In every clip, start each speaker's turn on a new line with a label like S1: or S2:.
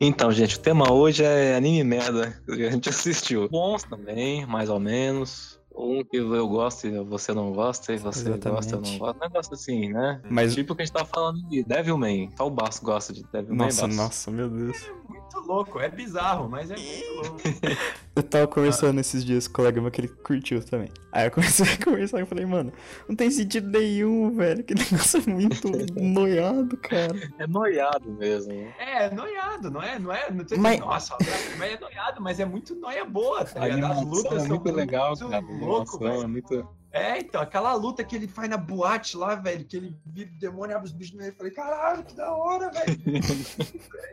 S1: Então, gente, o tema hoje é anime merda que a gente assistiu. Bons também, mais ou menos. Um que eu gosto e você não gosta, e você
S2: Exatamente.
S1: gosta e eu não gosto. Negócio assim, né?
S2: Mas,
S1: Tipo o que a gente tava falando de Devilman. Só o Basso gosta de Devilman.
S2: nossa,
S1: Basso.
S2: nossa, meu Deus.
S3: Muito louco, é bizarro, mas é muito louco.
S2: Eu tava conversando esses dias com o colega meu que ele curtiu também. Aí eu comecei a conversar e falei, mano, não tem sentido nenhum, velho. Que negócio é muito noiado, cara.
S1: É noiado mesmo. né?
S3: É, noiado, não é? Não é não tem
S2: Mas-
S3: Nossa, mas é noiado, mas é muito noia boa, tá
S1: A
S3: ligado? As
S1: animação
S3: lutas
S1: é
S3: são
S1: muito legal, cara. A
S3: louco,
S1: animação
S3: velho.
S1: é muito...
S3: É, então, aquela luta que ele faz na boate lá, velho, que ele vira o demônio, abre os bichos no meio, eu falei, caralho, que da hora, velho.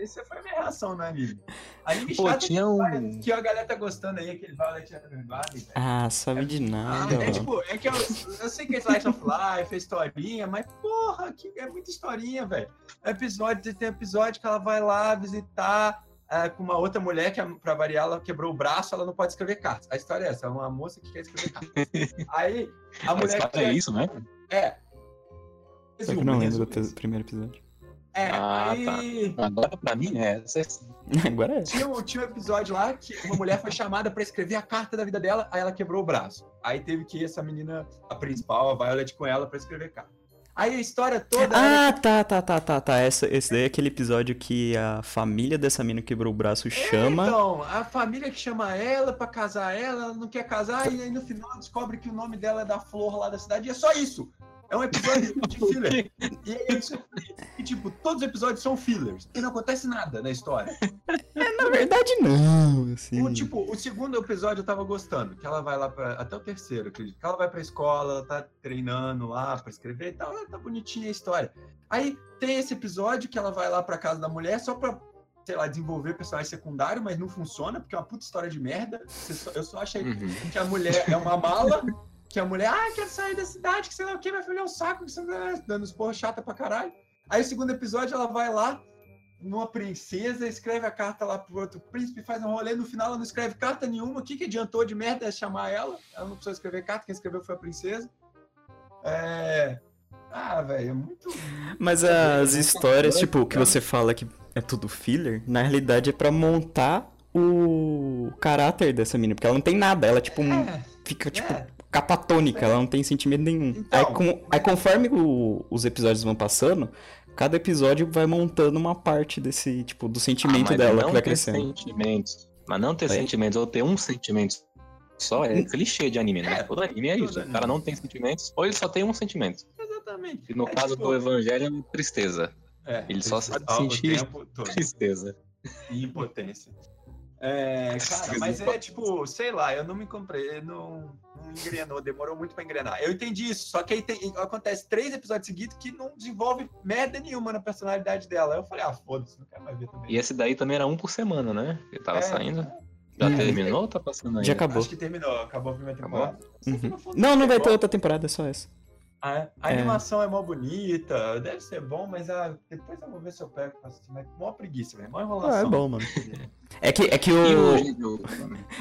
S3: Essa foi a minha reação, né, amigo? Anime
S1: Pô,
S3: chato
S1: tinha um...
S3: que- que a galera tá gostando aí, aquele Violet Evergarden, velho.
S2: Ah, sabe de
S3: Ah,
S2: nada,
S3: é
S2: mano.
S3: tipo, é que eu, eu sei que é Slice of Life, é historinha, mas porra, que é muita historinha, velho. Episódio, tem episódio que ela vai lá visitar ah, com uma outra mulher que, pra variar, ela quebrou o braço, ela não pode escrever cartas. A história é essa, é uma moça que quer escrever cartas. Aí, a
S1: Mas
S3: mulher
S1: cara,
S3: quer-
S1: é isso, né?
S3: é.
S2: Só que eu não lembro do epi- primeiro episódio.
S3: É,
S1: Ah,
S3: aí
S1: Agora pra mim é. Essa é
S2: Agora é.
S3: tinha, um, tinha um episódio lá que uma mulher foi chamada pra escrever a carta da vida dela, aí ela quebrou o braço. Aí teve que ir essa menina, a principal, a Violet, com ela pra escrever carta. Aí a história toda. era-
S2: Ah, tá, tá, tá, tá, tá. Essa, esse daí é aquele episódio que a família dessa mina que quebrou o braço chama.
S3: Então, a família que chama ela pra casar ela, ela não quer casar, e aí no final descobre que o nome dela é da flor lá da cidade, e é só isso. É um episódio de filler. E, aí eu descobri que, tipo, todos os episódios são fillers. E não acontece nada na história.
S2: Na verdade, não, assim.
S3: O, tipo, o segundo episódio eu tava gostando, que ela vai lá pra. Até o terceiro, eu acredito. Que ela vai pra escola, ela tá treinando lá pra escrever e tal, ela tá bonitinha a história. Aí tem esse episódio que ela vai lá pra casa da mulher só pra, sei lá, desenvolver personagem secundário, mas não funciona, porque é uma puta história de merda. Você só- eu só achei que a mulher é uma mala, que a mulher, ah, quero sair da cidade, que sei lá o que, vai filhar um saco, que sei lá, dando os porra chata pra caralho. Aí o segundo episódio ela vai lá numa princesa, escreve a carta lá pro outro príncipe, faz um rolê, no final ela não escreve carta nenhuma, o que, que adiantou de merda é chamar ela? Ela não precisou escrever carta, quem escreveu foi a princesa. É... Ah, velho, é muito...
S2: Mas as histórias, tipo, o que você fala que é tudo filler, na realidade é pra montar o caráter dessa menina. Porque ela não tem nada, ela, tipo,
S3: É,
S2: fica, tipo,
S3: é.
S2: capatônica, ela não tem sentimento nenhum.
S3: Então,
S2: aí, com- aí conforme o- os episódios vão passando, cada episódio vai montando uma parte desse, tipo, do sentimento
S1: Ah, mas
S2: dela
S1: não
S2: que vai
S1: ter
S2: crescendo.
S1: Sentimentos. Mas não ter
S2: Oi?
S1: sentimentos ou ter um sentimento só é clichê de anime, né?
S3: É,
S1: todo anime é
S3: todo
S1: isso. O
S3: anime.
S1: cara não tem sentimentos ou ele só tem um sentimento.
S3: Exatamente.
S1: E no
S3: É,
S1: caso
S3: tipo,
S1: do Evangelho, é tristeza.
S3: é,
S1: ele só sabe
S3: ao
S1: sentir-
S3: tempo todo.
S1: Tristeza.
S3: E impotência. É, cara, mas é tipo, sei lá, eu não me comprei, eu não, não engrenou, demorou muito pra engrenar. Eu entendi isso, só que aí tem- acontece três episódios seguidos que não desenvolve merda nenhuma na personalidade dela. Aí Eu falei, ah, foda-se, não quero mais ver também.
S1: E esse daí também era um por semana, né? Que tava
S3: É,
S1: saindo. Já
S2: Hum.
S1: terminou ou tá passando ainda?
S2: Já acabou.
S3: Acho que terminou, acabou a primeira
S1: Acabou?
S3: temporada. Sei que
S2: Uhum.
S3: no fundo
S2: Não, não
S3: deve
S2: vai
S3: ser
S2: ter
S3: bom.
S2: outra temporada, é só essa.
S3: A, a
S2: É.
S3: animação é mó bonita, deve ser bom, mas ah, depois eu vou ver se eu pego pra assistir. Mas mó preguiça, velho, mó enrolação.
S2: Ah, é bom, mano. É que, é que o.
S1: E hoje, o...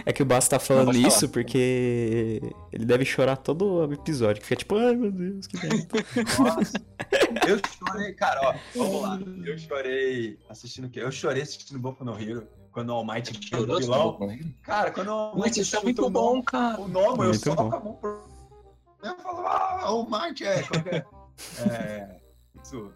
S2: É que o Bass tá falando
S1: Não, pode falar.
S2: isso porque ele deve chorar todo episódio. que Fica tipo, ai meu Deus, que merda.
S3: Nossa. Eu chorei, cara, ó, vamos lá.
S2: Hum.
S3: Eu chorei assistindo o quê? Eu chorei assistindo Boku no Hero, quando o All Might chuta o vilão. Cara, quando o All
S1: Mas
S3: Might
S1: isso é
S3: chuta
S1: muito
S3: o Nomo,
S1: bom, cara.
S3: o Nomo, eu
S2: Muito
S3: só
S2: bom.
S3: com a mão pro... Eu falo, ah, All Might é... qual que é? É... Isso.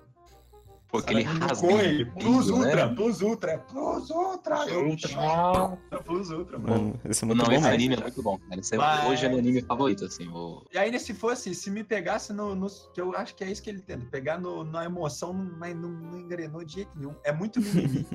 S1: Pô, aquele
S3: Sabe, não
S1: rasgo.
S3: Tá corre, Plus
S1: né?
S3: Ultra, Plus Ultra, é Plus Ultra. Eu choro,
S1: Ultra.
S3: Plus Ultra, mano.
S2: Mano, esse é muito
S1: Não,
S2: bom
S1: esse
S2: mesmo.
S1: anime é muito bom, cara. Esse é-
S3: Mas-
S1: Hoje é meu anime favorito, assim. O...
S3: E ainda se fosse, se me pegasse no, no- que eu acho que é isso que ele tenta, pegar no, na emoção, mas não, não engrenou de jeito nenhum. É muito mimimi.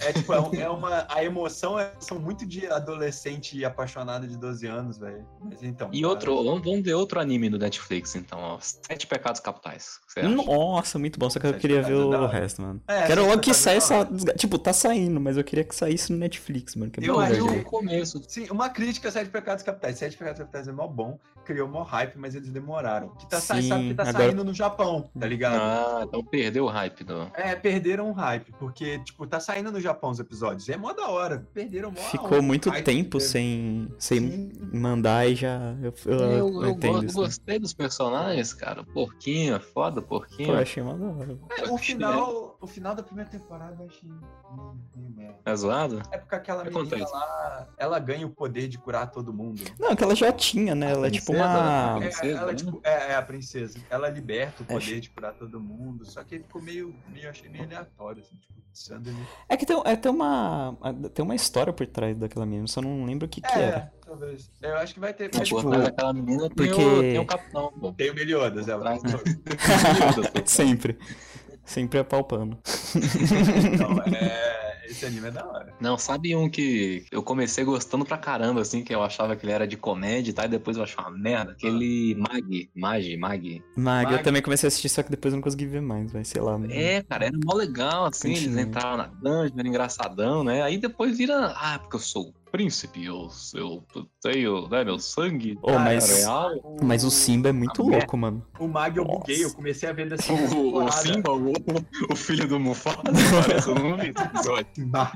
S3: é tipo, é, um- é uma. A emoção é são muito de adolescente apaixonada de 12 anos, velho. Mas então.
S1: E
S3: cara,
S1: outro, vamos vamos ver outro anime do Netflix, então, ó. Sete Pecados Capitais. Você acha?
S2: Nossa, muito bom, só que eu
S3: Sete
S2: queria ver
S3: Pecados é da
S2: o
S3: hora.
S2: resto, mano.
S3: É,
S2: Quero
S3: Sete
S2: logo que
S3: Pecados é
S2: saia
S3: da
S2: essa.
S3: hora.
S2: desgra- Tipo, tá saindo, mas eu queria que saísse no Netflix, mano. Que é
S3: Eu
S2: bom,
S1: Não, um
S3: acho-
S1: mas
S2: velho.
S1: no começo.
S3: Sim, uma crítica a Sete Pecados Capitais. Sete Pecados Capitais é mó bom, criou mó hype, mas eles demoraram. Que tá, sa-
S2: Sim,
S3: sabe que tá
S2: agora-
S3: saindo no Japão, tá ligado?
S1: Ah, então perdeu o hype do.
S3: É, perderam o hype, porque, tipo, tá saindo no Japão os episódios. É mó da hora. Perderam mó a
S2: Ficou
S3: onda.
S2: muito
S3: Ai,
S2: tempo
S3: teve-
S2: sem, sem
S3: Sim.
S2: mandar e já. Eu, eu,
S1: Eu,
S2: eu
S1: eu
S2: entendo
S1: gosto-
S2: isso. né?
S1: gostei dos personagens, cara. Porquinho, é foda, porquinho.
S2: Pô, eu achei uma da hora.
S3: É, O final, O final da primeira temporada eu achei meio- meio merda.
S1: É zoado?
S3: É porque aquela menina
S1: Acontece.
S3: lá, ela ganha o poder de curar todo mundo.
S2: Não, que ela já tinha, né? Ela é tipo uma.
S1: né?
S3: É,
S1: princesa,
S3: ela,
S1: né?
S3: tipo, é, é a princesa. Ela liberta o
S2: É,
S3: poder de curar todo mundo. Só que ele ficou meio, meio achei meio aleatório, assim, tipo, Sander.
S2: É que tem, é, tem uma. é, Tem uma história por trás daquela menina, só não lembro o que, que
S3: É,
S2: era.
S3: talvez. Eu acho que vai ter.
S1: É,
S3: vai
S2: tipo,
S1: tipo, atrás daquela menina tem,
S2: porque-
S1: o, tem o capitão, pô.
S3: ter- Tem o Meliodas, ela.
S1: Atrás, né?
S2: Sempre. Sempre é apalpando.
S3: Então, é, esse anime é da hora.
S1: Não, sabe um que eu comecei gostando pra caramba, assim, que eu achava que ele era de comédia e tal, e depois eu achei uma merda. Aquele Mag, Mag, Mag.
S2: Mag, eu
S3: Mag.
S2: também comecei a assistir, só que depois eu não consegui ver mais, vai, sei lá.
S1: É, cara, era mó legal, assim, eles
S2: Continua.
S1: entravam na dungeon, era engraçadão, né? Aí depois vira, ah, porque eu sou o príncipe, eu, eu tenho, né, meu sangue
S2: Oh, mas-
S1: real.
S2: Mas o Simba é muito
S1: Ah,
S2: louco, mano.
S3: O Mag eu
S2: Nossa.
S3: buguei, eu comecei a ver assim, dessa
S1: O, o
S3: temporada.
S1: Simba, o, o filho do Mufasa, parece, eu não vi esse episódio.
S3: Simba.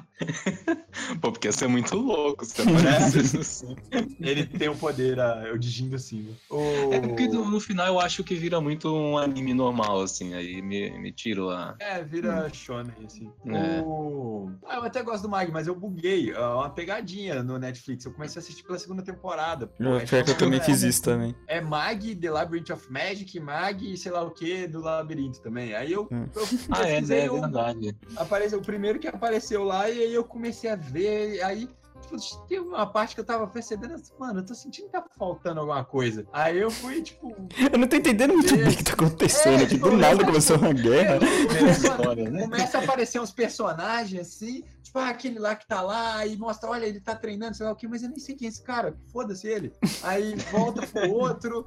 S1: Pô, porque ia ser muito louco se aparecesse assim.
S3: Ele tem o poder, ah, eu digindo Simba. O...
S1: É porque no, no final eu acho que vira muito um anime normal, assim, aí me, me tirou a...
S3: É, vira shonen, assim.
S1: É.
S3: O- Ah, eu até gosto do Mag, mas eu buguei. ah, uma pegadinha no Netflix. Eu comecei a assistir pela segunda temporada. Pô, é
S2: Pior que eu também
S3: shonen,
S2: fiz isso
S1: né?
S2: também.
S3: É Mag, The Labyrinth of Magic, Mag, sei lá o que, do labirinto também. Aí eu,
S2: Hum.
S3: eu
S1: Ah, é, né,
S3: pesquisei
S1: é
S3: o-
S1: verdade.
S3: apareceu o primeiro que apareceu lá e aí eu comecei a ver, aí tipo, tem uma parte que eu tava percebendo, assim, mano, eu tô sentindo que tá faltando alguma coisa. Aí eu fui, tipo,
S2: Eu não tô entendendo
S1: É.
S2: muito bem o que tá acontecendo
S3: É,
S2: aqui.
S3: tipo,
S2: Do nada começou uma guerra.
S3: É, começa,
S1: História, né?
S3: começa a aparecer uns personagens assim, tipo, ah, aquele lá que tá lá, aí mostra, olha, ele tá treinando, sei lá o que, mas eu nem sei quem é esse cara, foda-se ele. Aí volta pro outro.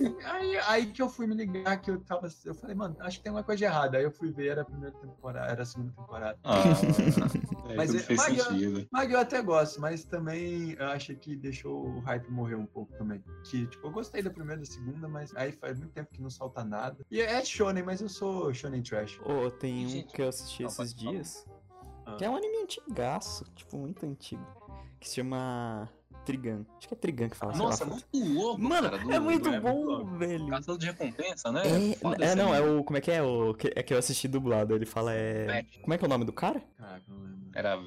S3: Eu- Aí, aí que eu fui me ligar que eu tava. Eu falei, mano, acho que tem uma coisa de errada. Aí eu fui ver, era a primeira temporada, era a segunda temporada.
S1: Ah, é,
S3: Mas
S1: mas
S3: é-
S1: fez
S3: mas eu-
S1: sentido.
S3: Mag eu até gosto, mas também eu acho que deixou o hype morrer um pouco também. Que, tipo, eu gostei da primeira e da segunda, mas aí faz muito tempo que não solta nada. E é shonen, mas eu sou shonen trash.
S2: Ô, tem um
S1: Gente,
S2: que eu assisti
S1: não,
S2: esses
S1: pode falar.
S2: dias.
S3: Ah.
S2: Que é um anime antigaço, tipo, muito antigo. Que se chama Trigun. Acho que é Trigun que fala. sei lá.
S1: Nossa, muito louco,
S2: Mano,
S1: cara, do-
S2: é muito
S1: do-
S2: bom, velho.
S1: Caçador de recompensa, né? Foda
S2: É, é,
S1: esse
S2: não, é
S1: anime.
S2: o. Como é que é? O, que- é que eu assisti dublado. Ele fala é.
S1: Vest.
S2: Como é que é o nome do cara?
S3: Caraca, não lembro.
S1: Era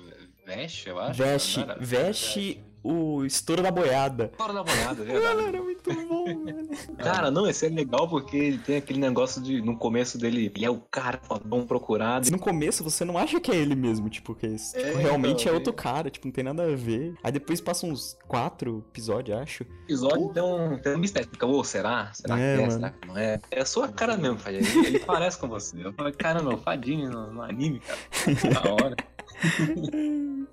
S1: Vest, eu acho?
S2: Veste.
S1: não era?
S2: Veste o estouro da boiada.
S1: Fora da boiada, é
S2: Mano,
S1: verdade.
S2: era muito bom, velho.
S1: Cara, não, esse é legal porque ele tem aquele negócio de, no começo dele, ele é o cara fodão procurado.
S2: No começo você não acha que é ele mesmo, tipo, que esse- tipo,
S1: É,
S2: realmente é
S1: então,
S2: outro
S1: é.
S2: cara, tipo, não tem nada a ver. Aí depois passa uns quatro episódios, acho.
S1: O episódio tem, um, tem uma estética, ou será? Será
S2: É,
S1: que é?
S2: mano.
S1: Será que não é? É a sua cara mesmo, Fadinho. Ele, ele parece com você. Eu falei, caramba, o Fadinho no, no anime, cara. Da hora.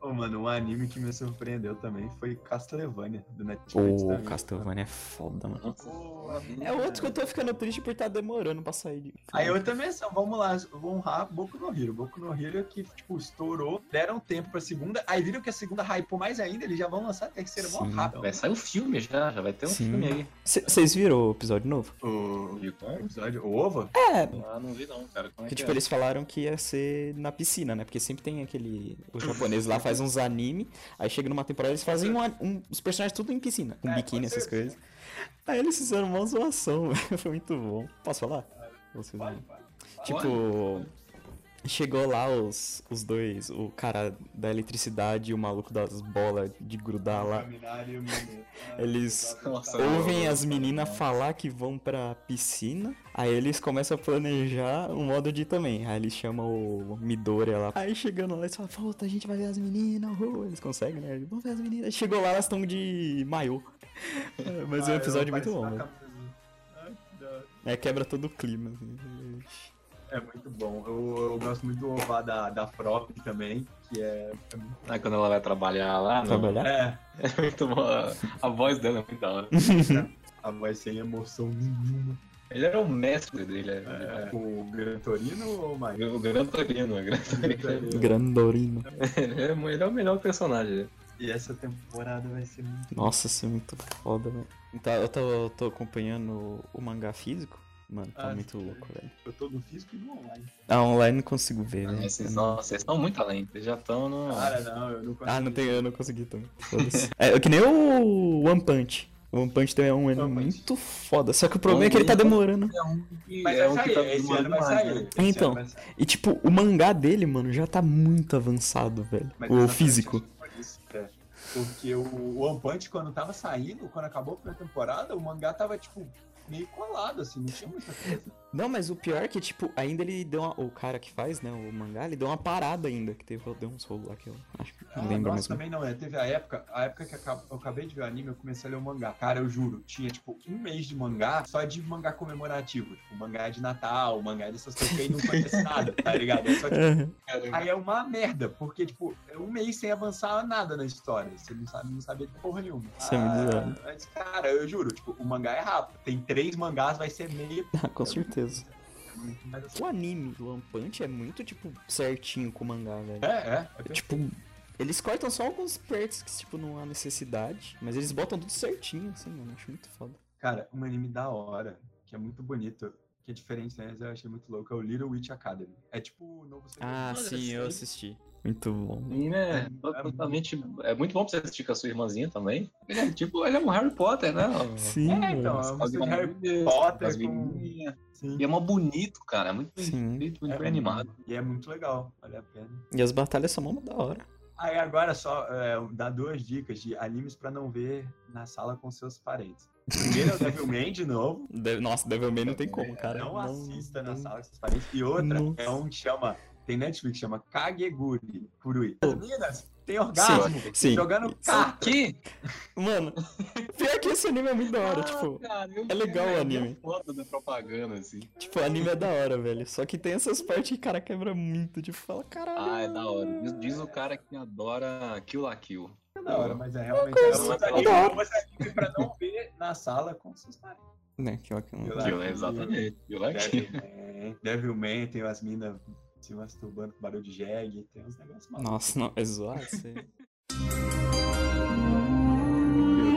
S3: Ô, mano, um anime que me surpreendeu também foi Castlevania, do Netflix.
S2: Ô,
S3: também.
S2: Castlevania é foda, mano.
S1: Nossa.
S3: Pô,
S2: É outro que eu tô ficando triste por tá demorando pra sair de.
S3: Aí outra menção, vamos lá, vou honrar Boku no Hero. Boku no Hero que, tipo, estourou, deram tempo pra segunda, aí viram que a segunda hypou mais ainda, eles já vão lançar a terceira mó
S2: Sim.
S3: rápido.
S1: Vai sair o filme já, já vai ter um
S2: Sim.
S1: filme aí.
S2: Vocês viram o episódio novo?
S3: O episódio, o OVA,
S2: É.
S1: Ah, não vi não, cara. Como é
S2: Que,
S1: que,
S2: tipo,
S1: é?
S2: eles falaram que ia ser na piscina, né? Porque sempre tem aquele. O japonês lá faz uns anime, aí chega numa temporada eles fazem um, an- um- os personagens tudo em piscina, com
S3: É,
S2: biquíni,
S3: pode
S2: essas
S3: ser.
S2: coisas. Aí eles fizeram uma zoação, velho. Foi muito bom. Posso falar? Vocês não.
S3: Pode, pode.
S2: Tipo. Chegou lá os, os dois, o cara da eletricidade e o maluco das bolas de grudar tá lá. Eles
S1: Nossa,
S3: Tá
S2: Ouvem as meninas falar que vão pra piscina, aí eles começam a planejar um modo de ir também. Aí eles chamam o Midoriya lá. Aí chegando lá, eles falam, puta, a gente vai ver as meninas, uhul." eles conseguem, né? Vamos ver as meninas. Aí Chegou lá, elas estão de maiô. É, Mas
S3: Ah,
S2: é um episódio muito bom, velho. É, quebra todo o clima, assim.
S3: É muito bom. Eu, eu gosto muito do OVA da, da Prop também, que é.
S1: Ah, quando ela vai trabalhar lá, não.
S2: Trabalhar?
S3: É,
S1: É muito boa. A voz dela é muito da hora.
S3: a voz sem emoção nenhuma.
S1: Ele era o mestre dele. É.
S3: É, o Gran Torino ou o Mario?
S1: O Gran Torino, o Gran Torino.
S2: Grandorino.
S1: Ele é, ele é o melhor personagem.
S3: E essa temporada vai ser muito.
S2: Nossa, isso é muito foda, velho. Então, eu tô, eu tô acompanhando o mangá físico. Mano, tá
S3: Ah,
S2: muito
S3: sim.
S2: louco, velho.
S3: Eu tô no físico e no online.
S2: Ah, online não consigo ver,
S3: Ah,
S2: velho.
S1: Vocês
S2: Eu
S1: não- vocês estão muito além. Vocês já estão no.
S3: Cara, não, eu não
S2: Ah, não
S3: consegui.
S2: tem, eu não consegui também. Foda-se. é que nem é o One Punch. One Punch também é um anime
S3: One Punch.
S2: muito foda. Só que o problema é que ele tá
S1: One Punch.
S2: demorando.
S1: É um que,
S3: Mas
S1: é um
S3: vai
S1: que
S3: sair,
S1: tá
S3: esse ano vai
S1: demorando mais, né?
S3: sair. esse
S2: Então.
S3: ano vai sair.
S2: E tipo, o mangá dele, mano, já tá muito avançado, velho.
S3: Mas é tá
S2: o
S3: exatamente
S2: físico.
S3: por isso, é. Porque o One Punch, quando tava saindo, quando acabou a primeira temporada, o mangá tava, tipo, meio colado, assim, não tinha muita coisa.
S2: Não, mas o pior é que, tipo, ainda ele deu uma... O cara que faz, né, o mangá, ele deu uma parada ainda. Que teve, deu um solo lá que eu acho que não
S3: Ah,
S2: lembro
S3: nossa,
S2: mais.
S3: também não é. Teve a época, a época que acab- eu acabei de ver o anime, eu comecei a ler o mangá. Cara, eu juro, tinha, tipo, um mês de mangá, só de mangá comemorativo. Tipo, mangá de Natal, mangá dessas coisas que aí não acontece nada, tá ligado? É só, tipo,
S2: Aham.
S3: Aí é uma merda, porque, tipo, é um mês sem avançar nada na história. Você não sabe, não sabia de porra nenhuma. Ah,
S2: Isso é muito zoado.
S3: Mas, cara, eu juro, tipo, o mangá é rápido. Tem três mangás, vai ser meio.
S2: Ah, com certeza.
S3: Mas, assim,
S2: O anime do One Punch é muito, tipo, certinho com o mangá, velho.
S3: É, é. é
S2: É, Tipo, eles cortam só alguns perks que, tipo, não há necessidade. Mas eles botam tudo certinho, assim, mano. Acho muito foda.
S3: Cara, um anime da hora, que é muito bonito, que é diferente, né? mas Eu achei muito louco, é o Little Witch Academy. É tipo o novo
S2: Ah,
S3: Sailor Moon,
S2: sim,
S3: né?
S2: eu assisti. Muito bom.
S1: Sim, né? Totalmente. É muito bom pra você assistir com a sua irmãzinha também. Ele é tipo, ele é um Harry Potter, né?
S2: Sim,
S3: É, então,
S2: mano.
S3: é uma
S1: As
S3: mistura de Harry
S1: meninas,
S3: Potter
S1: as
S3: com-
S1: menininhas.
S3: Sim.
S1: E é mó bonito, cara. É muito bonito,
S2: Sim.
S1: muito bem
S3: É,
S1: animado.
S3: E é muito legal, vale a pena.
S2: E as batalhas são mó da hora.
S3: Aí agora só é, dá duas dicas de animes pra não ver na sala com seus parentes. Primeiro é o Devilman de novo.
S2: Deve- Nossa, Devilman não tem como, cara.
S3: É, não, assista na
S2: não-
S3: sala com seus parentes. E outra
S2: Nossa.
S3: é um que chama. Tem Netflix, chama Kageguri Kurui. As meninas têm
S1: Ah,
S3: orgasmo
S2: Sim.
S3: jogando carta.
S1: Que?
S2: Mano, pior que esse anime é muito da hora,
S1: Ah,
S2: tipo. é legal o anime.
S1: Foto da propaganda, assim.
S3: Ah.
S2: Tipo, o anime é da hora, velho. Só que tem essas partes que, cara, quebra muito. Tipo, fala, caralho.
S1: Ah, é da hora. Diz, diz o cara que adora Kill la Kill.
S3: É da hora, mas é realmente. É
S1: conheço,
S3: outro
S1: é da
S3: anime,
S2: hora.
S3: é outro anime pra não ver na sala com seus parentes.
S2: Né, que lá que não-
S3: Sei lá.
S1: Kill, exatamente. Kill la Kill.
S3: Devilman, Devilman tem as minas se masturbando com barulho de jegue, tem uns negócios malucos.
S2: Nossa, não, é zoado isso aí.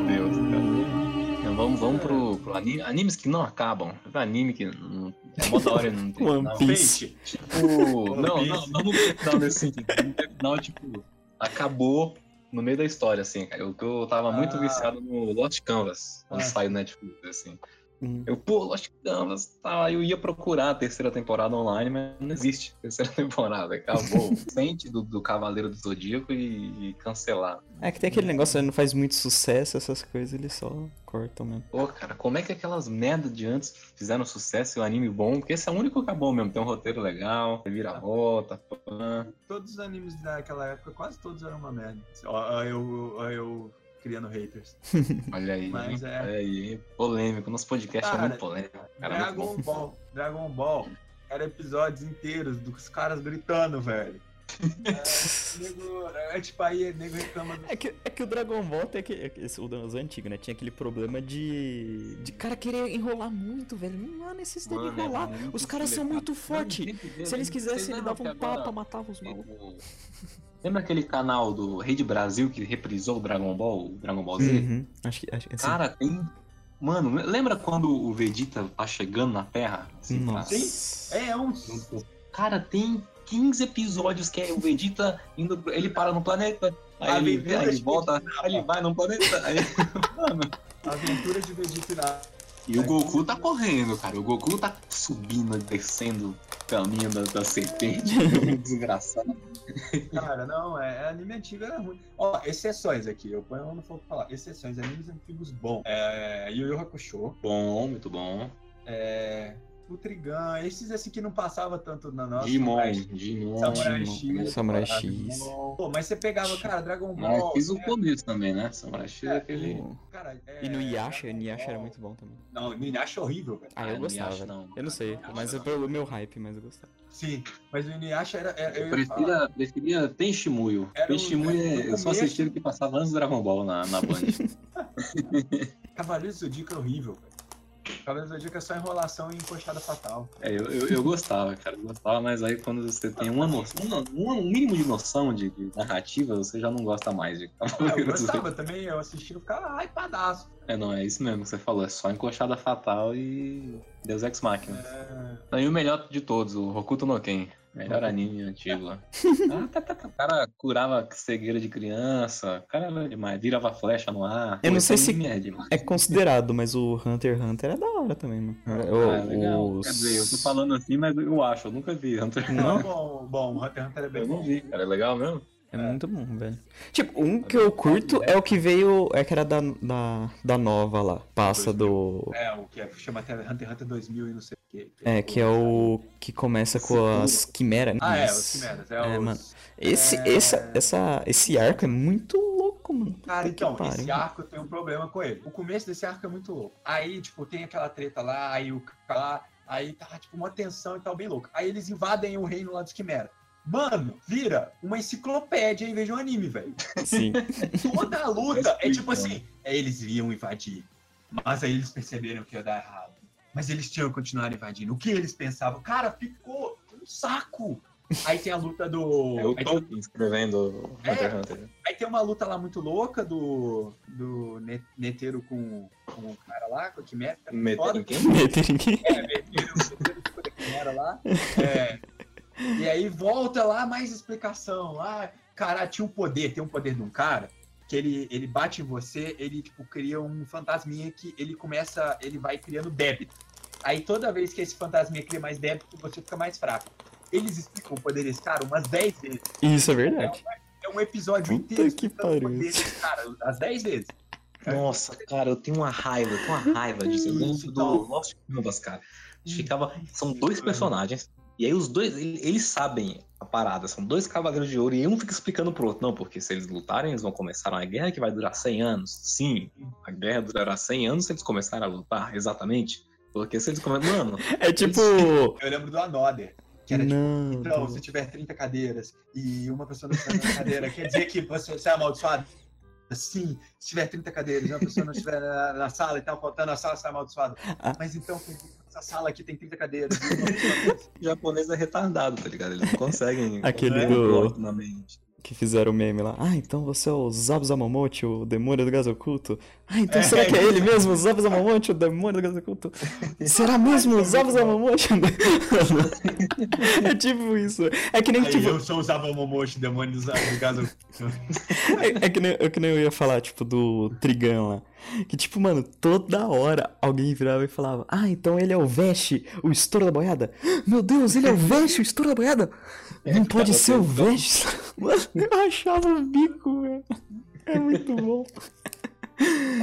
S1: Meu Deus, cara. Então, vamos vamos pro, pro anime. Animes que não acabam. Anime que não, é mó da hora e não tem
S2: One
S1: final.
S2: Piece.
S3: Gente,
S1: Tipo, não,
S3: One
S1: não,
S3: Piece.
S1: não no final nesse sentido. No final, tipo, acabou no meio da história, assim, cara. Eu, eu tava muito
S3: Ah.
S1: viciado no Lost Canvas, quando
S3: Ah.
S1: saiu no Netflix, assim.
S2: Hum.
S1: Eu, pô, Lost Canvas, tá, eu ia procurar a terceira temporada online, mas não existe terceira temporada, acabou. Sente do, do Cavaleiro do Zodíaco e, e cancelar.
S2: É que tem aquele negócio, ele não faz muito sucesso, essas coisas, eles só cortam mesmo.
S1: Pô, cara, como é que aquelas merda de antes fizeram sucesso e um anime bom? Porque esse é o único que acabou mesmo. Tem um roteiro legal, vira volta, pã.
S3: Todos os animes daquela época, quase todos eram uma merda. Ó, ó, eu, ó, eu criando haters.
S1: Olha aí,
S3: Mas
S1: hein?
S3: é.
S1: olha aí, hein? polêmico. Nosso podcast é
S3: Cara,
S1: muito polêmico. Cara, muito
S3: Dragon
S1: bom.
S3: Ball. Dragon Ball era episódios inteiros dos caras gritando, velho. É, nego, é tipo aí, nego reclama do.
S2: É que, é que o Dragon Ball tem aquele. é que esse- O dos antigos, né? Tinha aquele problema de. De cara querer enrolar muito, velho. Não há necessidade
S1: Mano,
S2: de
S1: é
S2: enrolar.
S1: muito
S2: Os caras são
S1: delicado.
S2: muito
S1: Não,
S2: fortes.
S1: gente, gente,
S2: Se eles
S1: vocês
S2: quisessem, ele
S1: lembram
S2: dava um
S1: que agora
S2: tapa, matava os malucos.
S1: o- Lembra aquele canal do Rede Brasil que reprisou o Dragon Ball, o Dragon Ball Z?
S2: Uhum. Acho que. Acho que assim.
S1: Cara, tem. Mano, lembra quando o Vegeta tá chegando na Terra? Assim, tá-
S2: Nossa.
S3: É um.
S1: Cara, tem 15 episódios que é o Vegeta indo. pro- Ele para no planeta,
S3: A
S1: aí ele,
S3: aventura
S1: aí ele
S3: de
S1: volta, aí ele vai no planeta. aí- Mano.
S3: Aventura de Vegeta irado.
S1: E o Goku tá correndo, cara. O Goku tá subindo, descendo o caminho da, da serpente. Desgraçado.
S3: Cara, não, é, é anime antigo era ruim. Ó, exceções aqui, eu ponho um no fogo pra falar. Exceções, animes antigos bom. É. Yu Yu Hakusho.
S1: Bom, muito bom.
S3: É. O Trigun, esses assim que não passava tanto na nossa.
S1: Digimon,
S3: mas-
S1: Digimon.
S3: Samurai
S1: Digimon.
S3: X.
S2: Samurai
S3: Dragon
S2: X.
S3: Ball. Pô, mas você pegava, cara, Dragon
S1: Mas
S3: Ball.
S1: fiz o
S3: né?
S1: começo também, né? Samurai X é aquele.
S2: O-
S3: Cara, é,
S2: E no Yasha,
S3: Dragon
S2: o Yasha era
S3: Ball.
S2: muito bom também.
S3: Não, o Inuyasha é horrível, velho.
S2: Ah, eu
S1: Ah,
S2: gostava.
S1: Inuyasha
S2: velho.
S1: não.
S2: Eu não sei,
S3: Inuyasha
S2: mas é
S3: não.
S2: pelo meu hype, mas eu gostava.
S3: Sim, mas o Inuyasha era... era É, eu
S1: Eu
S3: ia falar.
S1: preferia, preferia Tenshimuyo.
S3: Era um-
S1: Tenshimuyo
S3: era um
S1: é- eu só
S3: começo.
S1: assisti o que passava antes do Dragon Ball na, na Band.
S3: Cavaleiro do Zodíaco é horrível, velho. Cavaleiro do Zodíaco é só enrolação e encoxada fatal.
S1: É, eu, eu, eu gostava, cara, eu gostava, mas aí quando você tem uma noção, um, um mínimo de noção de, de narrativa, você já não gosta mais de
S3: É, eu
S1: Cavaleiros do
S3: gostava também, eu assistindo, ficava hypadaço.
S1: É, não, é isso mesmo que você falou. É só encoxada fatal e Deus Ex Machina.
S3: É...
S1: E o melhor de todos, o Hokuto no Ken. Melhor anime antigo lá. Ah, tá, tá, tá. O cara curava cegueira de criança. O cara era demais. Virava flecha no ar.
S2: Eu não
S1: Esse
S2: sei se-
S1: anime É demais.
S2: É considerado, mas o Hunter x Hunter é da hora também, mano.
S1: Ah, legal.
S2: É, os-
S1: Quer dizer, eu tô falando assim, mas eu acho. Eu nunca vi. Hunter x
S3: Não,
S2: Não.
S3: É, bom, bom, Hunter x Hunter é bem
S1: Eu não
S3: bom.
S1: vi, cara. É legal mesmo?
S2: É muito bom, velho. Tipo, um que eu curto é o que veio. É que era da, da, da nova lá. Passa do.
S3: É, o que é, chama até Hunter x Hunter 2000 e não sei o quê.
S2: É, que é o. Que começa com as quimeras.
S3: Ah, é, os
S2: Isso.
S3: Quimeras. É,
S2: É,
S3: os...
S2: mano. Esse, essa, essa, esse arco é muito louco, mano.
S3: Cara,
S2: Puta que
S3: então,
S2: pariu.
S3: esse arco eu tenho um problema com ele. O começo desse arco é muito louco. Aí, tipo, tem aquela treta lá, aí o cara lá, aí tá, tipo, uma tensão e tal, bem louco. Aí eles invadem o reino lá dos Quimera. Mano, vira uma enciclopédia em vez de um anime, velho.
S2: Sim.
S3: Toda a luta é tipo
S1: Explica,
S3: assim, é, eles iam invadir, mas aí eles perceberam que ia dar errado. Mas eles tinham que continuar invadindo. O que eles pensavam? Cara, ficou um saco. Aí tem a luta do...
S1: É o
S3: aí tem-
S1: Tolkien É? escrevendo Hunter x Hunter.
S3: Aí tem uma luta lá muito louca do, do ne- Neteiro com, com o cara lá, com o Quimera.
S1: Meter em quem?
S3: Neteiro com o Quimera lá. É. E aí volta lá mais explicação. Ah, cara, tinha um poder, tem um poder de um cara que ele, ele bate em você, ele tipo cria um fantasminha que ele começa, ele vai criando débito. Aí toda vez que esse fantasminha cria mais débito, você fica mais fraco. Eles explicam o poder desse cara umas 10 vezes.
S2: Isso é verdade.
S3: É um episódio
S2: Puta
S3: inteiro
S2: que
S3: explicando o poder
S2: pariu.
S3: desse cara, as 10 vezes.
S1: Nossa, cara, eu tenho uma raiva, eu tenho uma raiva disso. Eu lembro do Lost Canvas, cara. Ficava. São dois personagens. E aí os dois, ele- eles sabem a parada, são dois cavaleiros de ouro, e um fica explicando pro outro, não, porque se eles lutarem, eles vão começar uma guerra que vai durar 100 anos. Sim, a guerra durará 100 anos se eles começarem a lutar, exatamente. Porque se eles começarem. Mano,
S2: É tipo.
S3: Eu lembro do Another, que era tipo,
S2: Não.
S3: então, se
S2: tá-
S3: tiver 30 cadeiras e uma pessoa não estiver na cadeira, quer dizer que você, você é amaldiçoado? Sim, se tiver 30 cadeiras e uma pessoa não estiver na, na sala e tal, faltando a sala, você é amaldiçoado.
S2: Ah. Tipo-
S3: Mas então, essa sala aqui tem 30 cadeiras. e uma pessoa-
S1: o japonês é retardado, tá ligado? Eles não conseguem.
S2: Aquele
S1: né,
S2: do-
S1: colocar na mente.
S2: Que fizeram o meme lá. Ah, então você é o Zabuzamomote, o demônio do gás oculto. Ah, então
S3: É.
S2: será que é ele mesmo, o Zabuzamomote, o demônio do gás oculto? Será mesmo o Zabuzamomote? é tipo isso. É que nem,
S3: Aí,
S2: tipo,
S3: eu só usava o Momoshi, demônio dos do gás.
S2: É, é que nem, é que nem eu ia falar, tipo, do Trigan lá. Que, tipo, mano, toda hora alguém virava e falava: Ah, então ele é o Veste, o estouro da boiada. Meu Deus, ele é o Veste, o estouro da boiada. Não pode
S1: cada
S2: ser o
S1: vez-
S2: Veste. Mano, eu achava o bico, velho. É muito bom.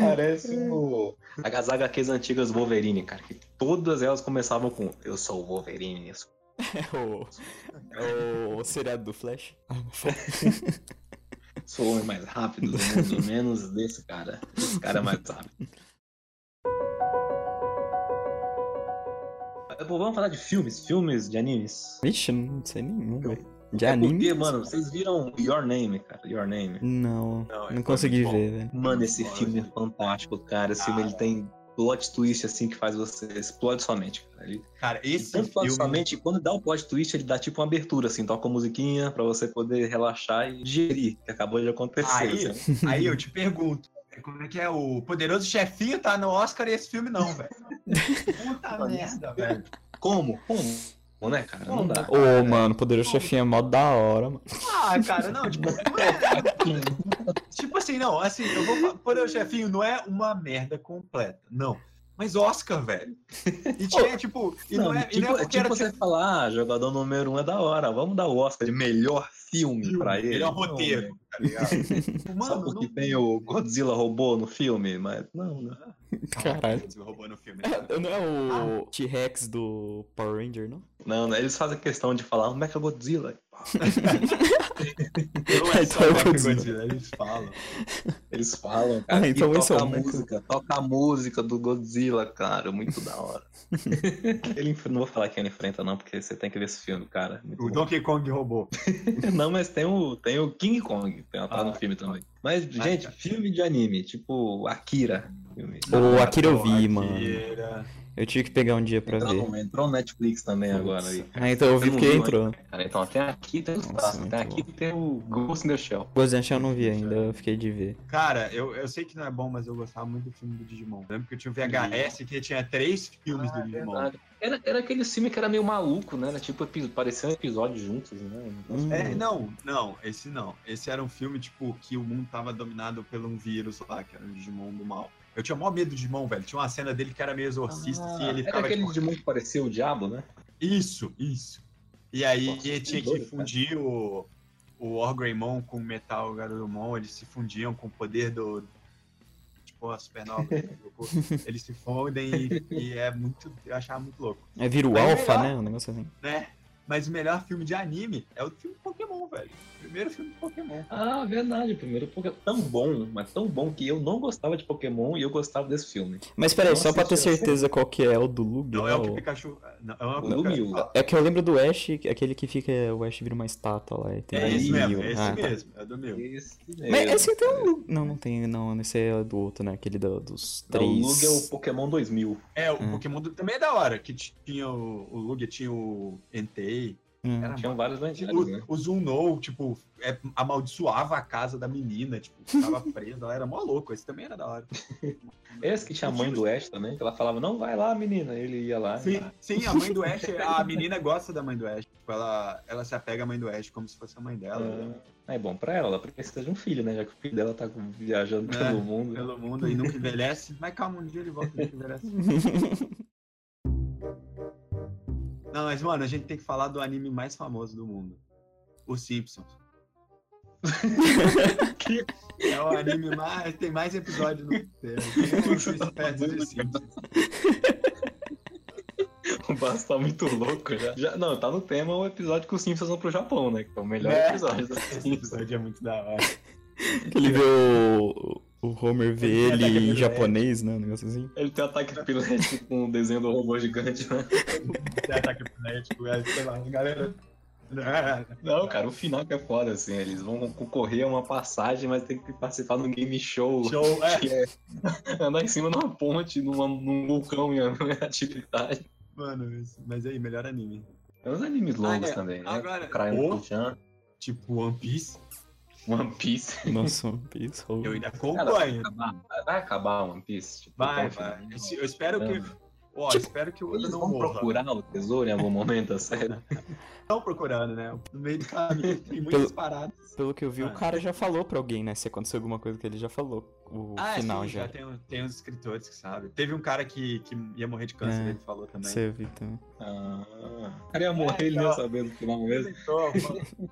S1: Parece é o... as HQs antigas do Wolverine, cara. Que todas elas começavam com Eu sou o Wolverine. eu sou-"
S2: É o. É o seriado do Flash.
S1: Sou o homem mais rápido do mundo, menos desse cara. Esse cara é mais rápido. É, Pô, Vamos falar de filmes, filmes de animes.
S2: Vixe, não sei nenhum, velho. De
S1: É
S2: anime.
S1: porque, mano, vocês viram Your Name, cara. Your Name.
S2: Não,
S3: Não, é
S2: não consegui
S3: muito bom.
S2: ver, velho.
S1: Mano, esse filme é fantástico, cara. Esse filme ele tem plot twist assim que faz você explode sua mente, cara. Ele
S3: Cara,
S1: Esse Tanto filme... somente, quando dá o plot twist, ele dá tipo uma abertura, assim, toca uma musiquinha pra você poder relaxar e digerir o que acabou de acontecer.
S3: Aí,
S1: assim.
S3: aí eu te pergunto, como é que é o Poderoso Chefinho tá no Oscar e esse filme não, velho? Puta merda, velho.
S1: Como? Como, né, cara? Não dá.
S2: Ô, mano, Poderoso Chefinho é mó da hora, mano.
S3: Ah, cara, não, tipo, não é- tipo assim, não, assim, eu vou falar, Poderoso Chefinho não é uma merda completa, não. Mas Oscar, velho. E tinha, tipo, e não,
S1: Não,
S3: é, e
S1: tipo,
S3: não é
S1: é
S3: porque
S1: tipo
S3: era
S1: você falar, ah, jogador número um é da hora, vamos dar o Oscar de melhor filme,
S3: Filme,
S1: pra ele.
S3: melhor
S1: Não,
S3: é roteiro,
S1: né?
S3: tá ligado?
S1: Só
S3: Mano,
S1: porque
S3: não...
S1: tem o Godzilla robô no filme, mas não, né?
S2: Caralho.
S3: roubou no filme.
S2: É, não é o T-Rex do Power Ranger, não?
S1: Não, né? eles fazem questão de falar é o Mecha Godzilla.
S3: Não é só
S2: Então,
S3: o Godzilla,
S2: Godzilla.
S3: eles falam.
S1: Eles falam, cara.
S2: Ah, então
S1: e
S2: esse
S1: toca
S2: é
S1: a
S2: o Mecha.
S1: música, toca a música do Godzilla, cara. Muito da hora. ele enf- não vou falar quem ele enfrenta, não, porque você tem que ver esse filme, cara. é Muito
S3: O
S1: bom.
S3: Donkey Kong roubou.
S1: Não, mas tem o, tem o King Kong, tem, tá
S3: Ah,
S1: no filme também. Mas,
S2: Ah, tá.
S1: gente,
S3: cara.
S1: filme de anime, tipo Akira. Filme.
S2: O Akira eu vi,
S3: Porra,
S2: mano.
S3: Akira.
S2: Eu tive que pegar um dia pra
S1: Entrou
S2: ver.
S1: no, entrou no Netflix também agora.
S2: Nossa.
S1: Aí. um
S2: Ah, então eu
S1: Você
S2: vi
S1: não
S2: porque
S1: viu
S2: entrou.
S4: Cara, então até aqui
S1: um
S4: tem os
S2: Nossa,
S4: passos.
S2: muito
S4: Até aqui tem o Ghost in the Shell.
S2: Ghost in the Shell eu não vi ainda, eu fiquei de ver.
S3: Cara, eu, eu sei que não é bom, mas eu gostava muito do filme do Digimon. Eu lembro que eu tinha um VHS que tinha três filmes do Digimon.
S4: verdade.
S1: Ah, Era, era aquele filme que era meio maluco, né? Era tipo, epi- parecia um episódio juntos, né?
S2: Hum.
S3: É, não, não, esse não. Esse era um filme, tipo, que o mundo tava dominado por um vírus lá, que era o Digimon do mal. Eu tinha o maior medo do Digimon, velho. Tinha uma cena dele que era meio exorcista, assim, ele
S1: Ah, era
S3: ficava
S1: aquele
S3: tipo,
S1: Digimon que parecia o diabo, né?
S3: Isso, isso. E aí
S1: Nossa,
S3: ele
S1: que
S3: tinha que
S1: doido, né?
S3: fundir o, o Orgrimmon com o Metal Garurumon, eles se fundiam com o poder do. Tipo, a supernova. né, Goku. eles se fundem e, e é muito. Eu achava muito louco.
S2: É, vira o
S3: Mas é
S2: Alpha,
S3: melhor.
S2: né? Um negócio assim.
S3: Né? Mas o melhor filme de anime é o filme Pokémon, velho. O primeiro filme de Pokémon.
S1: Ah, verdade. O primeiro Pokémon tão bom, mas tão bom que eu não gostava de Pokémon e eu gostava desse filme.
S2: Mas peraí,
S1: Nossa,
S2: só pra ter
S1: esse é-
S2: certeza qual que é o do Lug.
S3: Não
S2: né,
S3: é o que
S2: o-
S3: Pikachu. Não, é uma
S1: O Lumiu.
S2: É que eu lembro do Ash, aquele que fica. O Ash vira uma estátua lá. E tem
S3: É
S2: vários
S3: esse mesmo,
S2: mil.
S3: é esse
S2: Ah, tá.
S3: mesmo. É do meu.
S1: Esse
S2: Mas
S1: mesmo.
S2: esse tem um Lug. Não, não tem. Não, esse é do outro, né? Aquele do- dos
S1: Não, O
S2: três.
S1: Lug é o Pokémon 2000.
S3: É, o
S2: Hum.
S3: Pokémon do- também é da hora, que tinha o, o Lugia, tinha o Entei.
S2: Hum.
S3: Era
S1: Tinham vários lendários, né?
S3: O, o Zoom No, tipo, é, amaldiçoava a casa da menina, tipo, ficava presa, ela era mó louco, esse também era da hora.
S1: Esse que tinha a mãe do Ash né? também, que ela falava, não, vai lá, menina. Ele ia lá.
S3: Sim, sim, a mãe do Ash, a menina gosta da mãe do Ash, tipo, ela, ela se apega à mãe do Ash como se fosse a mãe dela, né,
S1: Ah, é bom pra ela, ela precisa de um filho, né? Já que o filho dela tá com- viajando
S3: É.
S1: pelo mundo.
S3: pelo mundo e nunca envelhece, mas calma, um dia ele volta e nunca envelhece. Não, mas mano, a gente tem que falar do anime mais famoso do mundo, Os Simpsons. É o anime mais. Tem mais episódios no é tema. Tem um Simpsons.
S1: O Basso tá muito louco já. Já- Não, tá no tema o episódio que os Simpsons vão pro Japão, né? Que é o melhor
S3: É.
S1: episódio dos
S3: Esse
S1: Simpsons.
S3: episódio é muito da hora.
S2: Ele vê o. O Homer vê
S3: Ele
S2: ele,
S3: ataca
S2: em
S3: aquele
S2: japonês, né? Um negócio assim.
S1: Ele tem ataque epilético com o desenho do robô gigante, né?
S3: Você ataca epilético, é, sei lá, galera.
S1: Não, cara, o final que é foda, assim. Eles vão concorrer a uma passagem, mas tem que participar de um game show.
S3: Show, é,
S1: Andar em cima de uma ponte, numa, num vulcão e a tipo, tá atividade.
S3: mano, isso- mas aí, melhor anime.
S1: É uns animes longos
S3: Ah, é.
S1: também, né?
S3: Agora,
S1: Crayon
S3: o-
S1: Kichan,
S3: Tipo One Piece,
S1: One Piece.
S2: Nossa, One Piece. Homer.
S3: eu ainda acompanho.
S1: Vai- Vai acabar One Piece? Tipo,
S3: Vai,
S1: até o
S3: vai.
S1: final?
S3: Eu espero que. Ó,
S1: Tipo,
S3: espero que o Oda
S1: Eles
S3: não
S1: vão
S3: morra.
S1: procurar o tesouro em algum momento, é sério.
S3: Estão procurando, né? No meio do caminho tem muitas
S2: Pelo-
S3: paradas.
S2: Pelo que eu vi,
S3: Ah.
S2: o cara já falou pra alguém, né? Se aconteceu alguma coisa que ele já falou. O final
S3: sim,
S2: já.
S3: Tem, um- tem uns escritores que sabem. Teve um cara que, que ia morrer de câncer,
S2: É.
S3: ele falou também.
S2: Você viu também.
S1: Ah, o cara ia morrer, ele
S3: então-
S1: ia saber no final mesmo.
S3: Então,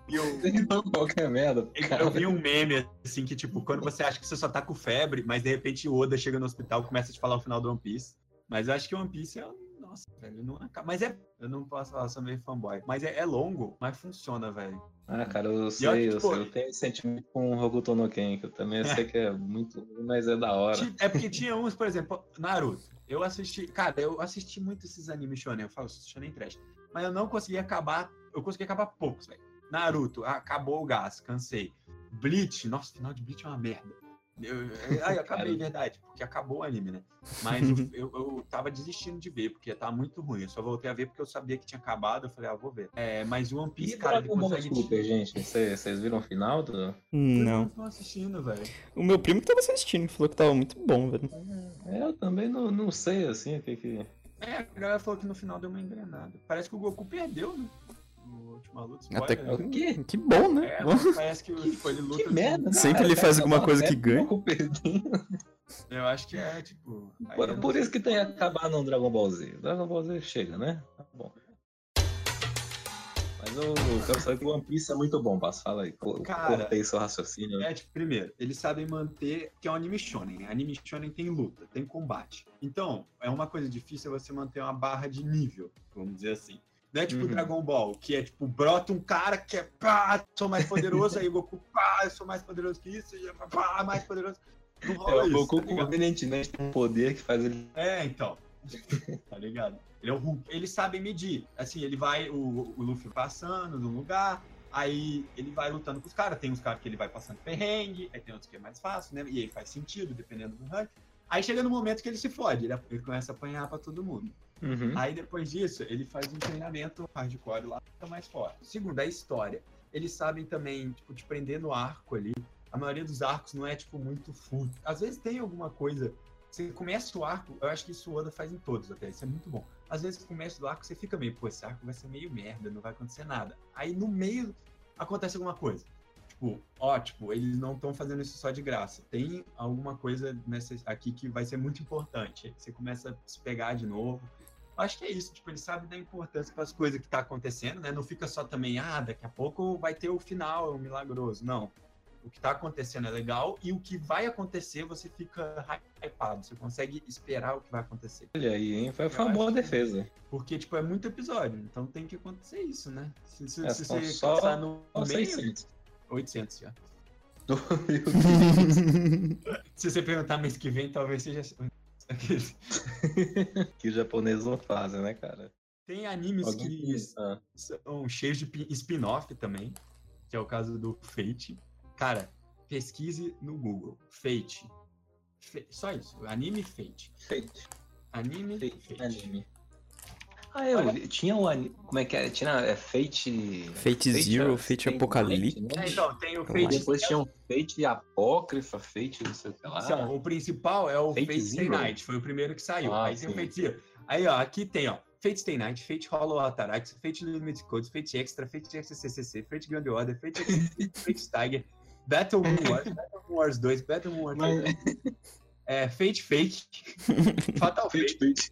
S3: e o-
S1: Então, qualquer merda.
S3: Eu vi um meme, assim, que tipo, quando você acha que você só tá com febre, mas de repente o Oda chega no hospital e começa a te falar o final do One Piece. Mas eu acho que o One Piece é. Nossa, velho, não acaba. Mas é. Eu não posso falar, eu sou meio fanboy. Mas é, é longo, mas funciona, velho.
S1: Ah, cara, eu
S3: E
S1: sei,
S3: olha,
S1: eu
S3: tipo,
S1: sei. Eu tenho esse sentimento com o Hokuto no Ken, que eu também sei que é muito ruim, mas é da hora.
S3: Ti- É porque tinha uns, por exemplo, Naruto. Eu assisti. Cara, eu assisti muito esses animes shonen. Eu falo shonen trash. Mas eu não consegui acabar. Eu consegui acabar poucos, velho. Naruto, acabou o gás, cansei. Bleach, nossa, o final de Bleach é uma merda. Eu, eu- ai, eu acabei, verdade, porque acabou o anime, né? Mas eu, eu, eu tava desistindo de ver, porque tava muito ruim. Eu só voltei a ver porque eu sabia que tinha acabado. Eu falei, ah, vou ver. É, mas o One Piece,
S1: E
S3: cara, ele
S1: Dragon Ball
S3: consegue.
S1: Super,
S3: te-
S1: gente? Vocês vocês viram o final do.
S3: Eu
S2: Não.
S3: não tô assistindo, velho.
S2: O meu primo que tava assistindo que falou que tava muito bom, velho.
S1: É, Eu também não, não sei, assim, o que que.
S3: É, a galera falou que no final deu uma engrenada. Parece que o Goku perdeu, né? No última luta,
S2: Até
S3: spoiler, né?
S1: O quê?
S2: Que bom, né?
S3: É,
S2: Bom.
S3: parece que, tipo, ele luta.
S1: Que merda, né?
S2: Sempre
S1: cara,
S2: ele
S1: cara,
S2: faz alguma
S1: tá
S2: coisa que
S1: certo,
S2: ganha.
S1: pouco perdido.
S3: Eu acho que é, tipo. aí eu
S1: Por,
S3: não
S1: por
S3: sei.
S1: isso que tem que acabar no Dragon Ball Z. Dragon Ball Z chega, né? Tá bom. Mas eu quero saber que o One Piece é muito bom, Basso. Fala aí. Co-
S3: Cara,
S1: cortei seu raciocínio.
S3: É, tipo, primeiro, eles sabem manter. Que é um anime shonen, né? Anime shonen tem luta, tem combate. Então, é uma coisa difícil você manter uma barra de nível, vamos dizer assim. Não é tipo
S1: Uhum.
S3: Dragon Ball, que é tipo, brota um cara que é pá, sou mais poderoso, aí o Goku, pá, eu sou mais poderoso que isso, e é, pá, mais poderoso. Não
S1: É,
S3: rola
S1: o
S3: isso,
S1: Goku
S3: tá ligado?
S1: convenientemente tem um poder que faz ele.
S3: É, então. tá ligado? Ele é o Hulk. Eles sabem medir. Assim, ele vai, o, o Luffy passando num lugar, aí ele vai lutando com os caras. Tem uns caras que ele vai passando perrengue, aí tem outros que é mais fácil, né? E aí faz sentido, dependendo do rank. Aí chega no momento que ele se fode, ele, ele começa a apanhar pra todo mundo.
S1: Uhum.
S3: Aí depois disso, ele faz um treinamento hardcore lá, fica mais forte. Segundo, a história. Eles sabem também, tipo, te prender no arco ali. A maioria dos arcos não é, tipo, muito full. Às vezes tem alguma coisa. Você começa o arco, eu acho que isso o Oda faz em todos até, isso é muito bom. Às vezes no começo do arco você fica meio, pô, esse arco vai ser meio merda, não vai acontecer nada. Aí no meio acontece alguma coisa. Tipo, ó, tipo, eles não estão fazendo isso só de graça. Tem alguma coisa nessa, aqui que vai ser muito importante. Aí Você começa a se pegar de novo acho que é isso, tipo, ele sabe da importância para as coisas que tá acontecendo, né? Não fica só também, ah, daqui a pouco vai ter o final, é um milagroso. Não. O que tá acontecendo é legal e o que vai acontecer você fica hypado, você consegue esperar o que vai acontecer.
S1: Olha aí, hein? Foi, foi
S3: Eu
S1: uma boa
S3: acho que-
S1: defesa.
S3: Porque, tipo, é muito episódio, então tem que acontecer isso, né? Se, se,
S1: É,
S3: se
S1: são
S3: você
S1: só-
S3: passar no
S1: Não sei
S3: meio,
S1: se.
S3: 800 já.
S1: Meu Deus.
S3: Se você perguntar mês que vem, talvez seja...
S1: que os japoneses não fazem, né, cara?
S3: Tem animes que
S1: Ah,
S3: são cheios de pi- spin-off também, que é o caso do Fate. Cara, pesquise no Google. Fate. Fe- Só isso. Anime Fate.
S1: feito,
S3: Anime
S1: feito,
S3: Fate.
S1: anime. Ah, eu vi- tinha o anime. Como é que era? Tinha é Fate.
S2: Fate Zero, Fate
S1: Fate
S2: Apocalipse.
S1: né?
S3: É, então, tem o
S2: Eu acho
S3: Fate.
S4: Depois tinha um Fate Apócrifa, Fate não sei o que
S3: Assim, ó,
S1: um
S4: lá.
S3: o principal é o
S4: Fate
S3: Fate, Stay
S4: Zero.
S3: Night. Foi o primeiro que saiu.
S4: Ah,
S3: Aí tem o
S4: sim.
S3: Fate Zero. Aí, ó, aqui tem, ó. Fate Stay Night, Fate Hollow Atarax, Fate Limit Codes, Fate Extra, Fate XCCC, Fate Grand Order, Fate XCC, Fate Tiger, Battle Moon Wars, Battle Moon Wars 2, Battle Moon Wars 3, é, Fate Fake, Fatal Fate,
S4: Fate.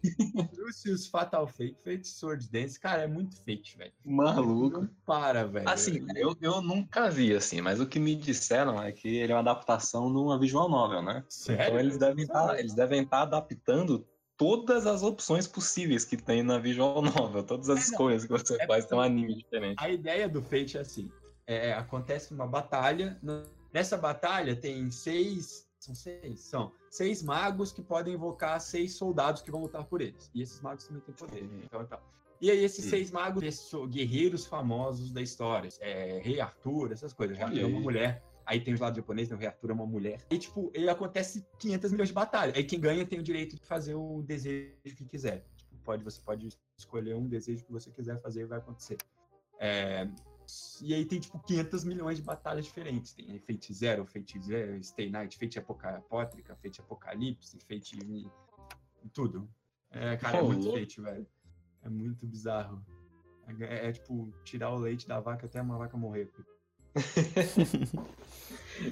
S3: Lucius Fatal Fake, Fate Sword Dance, cara, é muito fake, velho.
S4: Maluco.
S3: Não para, velho.
S4: Tá Assim, eu, eu nunca vi, assim, mas o que me disseram é que ele é uma adaptação numa visual novel, né?
S3: Sério?
S4: Então eles devem estar eles devem tá adaptando todas as opções possíveis que tem na visual novel, todas as
S3: É, não.
S4: escolhas que você
S3: É
S4: faz tem um anime diferente.
S3: A ideia do Fate é assim: é, acontece uma batalha. n- Nessa batalha tem seis. São seis? São seis magos que podem invocar seis soldados que vão lutar por eles. E esses magos também têm poder.
S4: Uhum.
S3: Então, então. E aí, esses
S4: Hum.
S3: seis magos, perso- guerreiros famosos da história. É, Rei Arthur, essas coisas. Rei
S4: Olha
S3: Arthur é uma
S4: aí.
S3: mulher. Aí tem os lados japoneses, tem o Rei Arthur é uma mulher. E, tipo, e acontece 500 milhões de batalhas. Aí quem ganha tem o direito de fazer o desejo que quiser. Tipo, pode, você pode escolher um desejo que você quiser fazer e vai acontecer. É, e aí tem, tipo, 500 milhões de batalhas diferentes. Tem Fate Zero, Fate Zero, Stay Night, Fate Apocalíptica, Fate Apocalipse, Fate... Tudo. É, cara, é
S4: Pô,
S3: muito
S4: louco.
S3: Fate, velho. É muito bizarro. É, é, é, tipo, tirar o leite da vaca até uma vaca morrer.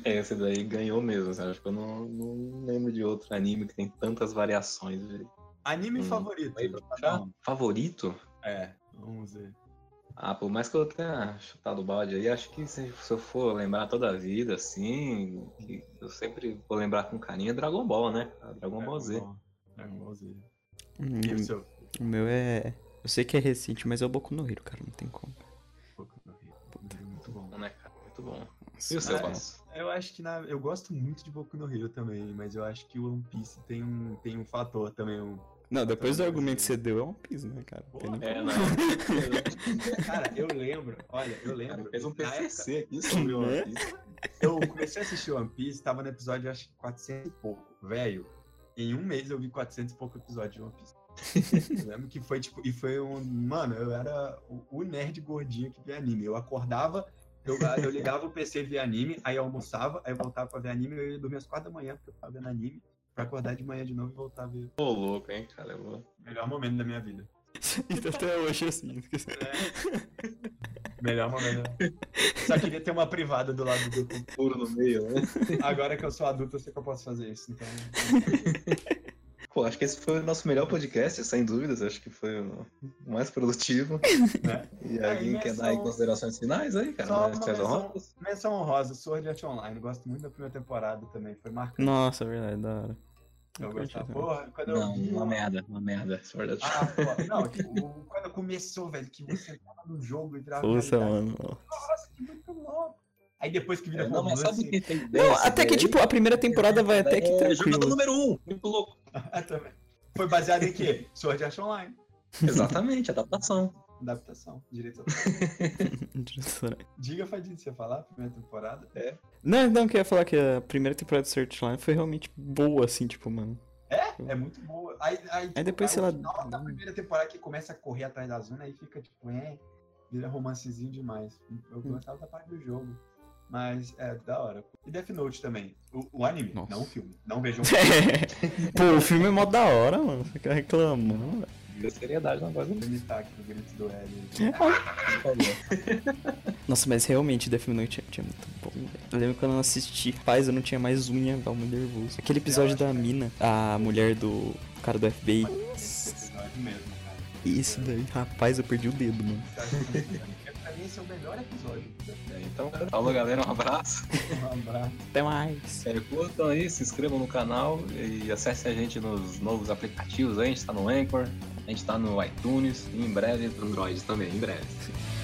S1: É, esse daí ganhou mesmo, sabe? Acho que eu não, não lembro de outro anime que tem tantas variações. velho.
S3: Anime
S1: Hum,
S3: favorito.
S1: aí
S3: de
S1: pra
S3: cada um.
S1: Favorito?
S3: É, vamos ver.
S1: Ah, por mais que eu tenha chutado o balde aí, acho que se, se eu for lembrar toda a vida, assim, que eu sempre vou lembrar com carinho é Dragon Ball, né? cara? Dragon Ball Z.
S3: Dragon Ball. Dragon Ball Z.
S2: Hum,
S3: E o seu?
S2: o meu é. Eu sei que é recente, mas é o Boku no Hero, cara. Não tem como.
S3: Boku no Hero. Boku no Hero é Muito bom.
S1: Né, cara? Muito bom.
S2: Nossa,
S1: E o seu,
S2: cara.
S1: Basso?
S3: Eu acho que na, eu gosto muito de Boku no Hero também, mas eu acho que o One Piece tem um, tem um fator também. Um...
S2: Não, depois do argumento que você deu, é um piso, né, cara? Não tem nem
S4: É,
S2: como.
S4: não.
S3: Cara, eu lembro, olha, eu lembro.
S4: Cara, fez um
S3: na época-
S4: PCC aqui sobre o
S2: Né?
S3: Eu comecei a assistir One Piece, tava no episódio, acho que 400 e pouco, velho. Em um mês eu vi 400 e pouco episódios de One Piece. Eu lembro que foi tipo, e foi um. Mano, eu era o- o nerd gordinho que via anime. Eu acordava, eu, eu ligava o PC e via anime, aí eu almoçava, aí eu voltava pra ver anime, eu ia dormir às 4 da manhã, porque eu tava vendo anime, pra acordar de manhã de novo e voltar a ver.
S1: Ô, louco, hein, cara? Eu vou...
S3: Melhor momento da minha vida.
S2: Então, até hoje, assim.
S3: Melhor momento. Só queria ter uma privada do lado do computador.
S1: Puro no meio, né?
S3: Agora que eu sou adulto, eu sei que eu posso fazer isso, então.
S1: Pô, acho que esse foi o nosso melhor podcast, sem dúvidas. Acho que foi o mais produtivo.
S3: Né?
S1: E
S3: É,
S1: alguém
S3: e
S1: quer
S3: é
S1: dar aí
S3: só-
S1: considerações finais aí, cara?
S3: só
S1: Né,
S3: uma
S1: César
S3: menção-
S1: Ramos?
S3: Menção honrosa, Sword Art Online. Gosto muito da primeira temporada também. Foi marcante.
S2: Nossa, é verdade, da hora.
S3: Eu
S2: curti
S3: gostava.
S2: também.
S3: Porra, quando eu
S1: Não,
S3: vi.
S1: uma merda, uma merda. é Sword Art
S3: Ah, pô, não, tipo, o- quando começou, velho, que você tava no jogo e virava.
S2: Ouça,
S3: realidade.
S2: mano.
S3: Nossa, que muito louco. Aí depois que vira
S1: É, Não, assim. mas
S3: romance,
S1: sabe o que tem
S2: Não, até que, tipo, a primeira temporada vai até
S1: é
S2: que
S1: Jornada
S2: tranquilo.
S1: número um, muito louco.
S3: ah, também. Foi baseado em quê? Sword Art Online.
S1: Exatamente, adaptação.
S3: Adaptação, direito. Diga, Fadinho, você falar, primeira temporada.
S2: Não, não, que eu ia falar que a primeira temporada do Search Line foi realmente boa, assim, tipo, mano.
S3: É, é muito boa. Aí, aí, tipo,
S2: depois,
S3: aí
S2: sei
S3: o
S2: lá,
S3: final da primeira temporada que começa a correr atrás da Zuna, aí fica tipo, é, vira romancezinho demais.
S2: Hum.
S3: Eu gostava da parte do jogo. Mas é da hora. E Death Note também. O, o anime,
S2: Nossa.
S3: não o filme. Não vejam o filme.
S2: Pô, o filme é mó da hora, mano. Fica reclamando.
S5: Da seriedade na voz do
S3: Ele está aqui no grito do L.
S2: Nossa, mas realmente Death Note é- é muito bom, velho. Eu lembro quando eu assisti, rapaz, eu não tinha mais um unha, tava muito nervoso. Aquele episódio da mina, a mulher do cara do FBI.
S3: Esse episódio mesmo, cara.
S2: Isso daí, rapaz, eu perdi o dedo, mano.
S3: Pra mim, esse é o melhor episódio.
S1: É, então, falou galera, um abraço.
S3: Um abraço.
S2: Até mais.
S1: É, curtam aí, se inscrevam no canal e acessem a gente nos novos aplicativos aí. A gente tá no Anchor, a gente tá no iTunes e em breve no Android também, em breve.